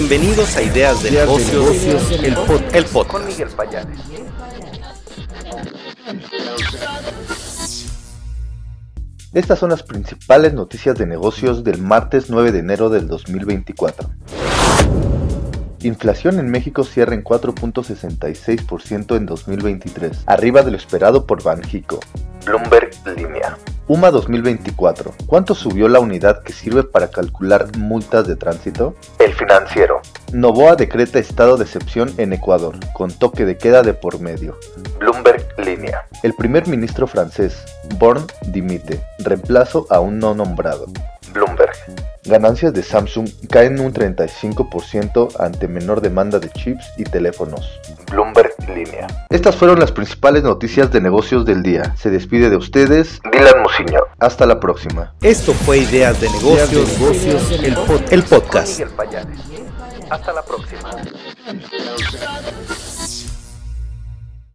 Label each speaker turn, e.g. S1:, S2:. S1: Bienvenidos a Ideas de
S2: Ideas de
S1: Negocios,
S2: Negocios,
S1: el,
S2: el
S1: pod- el podcast.
S2: Estas son las principales noticias de negocios del martes 9 de enero del 2024. Inflación en México cierra en 4.66% en 2023, arriba de lo esperado por Banjico. Bloomberg Línea. UMA 2024. ¿Cuánto subió la unidad que sirve para calcular multas de tránsito? El financiero. Novoa decreta estado de excepción en Ecuador, con toque de queda de por medio. Bloomberg Línea. El primer ministro francés, Born, dimite. Reemplazo a un no nombrado. Bloomberg. Ganancias de Samsung caen un 35% ante menor demanda de chips y teléfonos. Bloomberg Línea. Estas fueron las principales noticias de negocios del día. Se despide de ustedes Dylan Musiño. Hasta la próxima.
S1: Esto fue Ideas de Negocios, el, pod- el podcast.
S2: Hasta la próxima.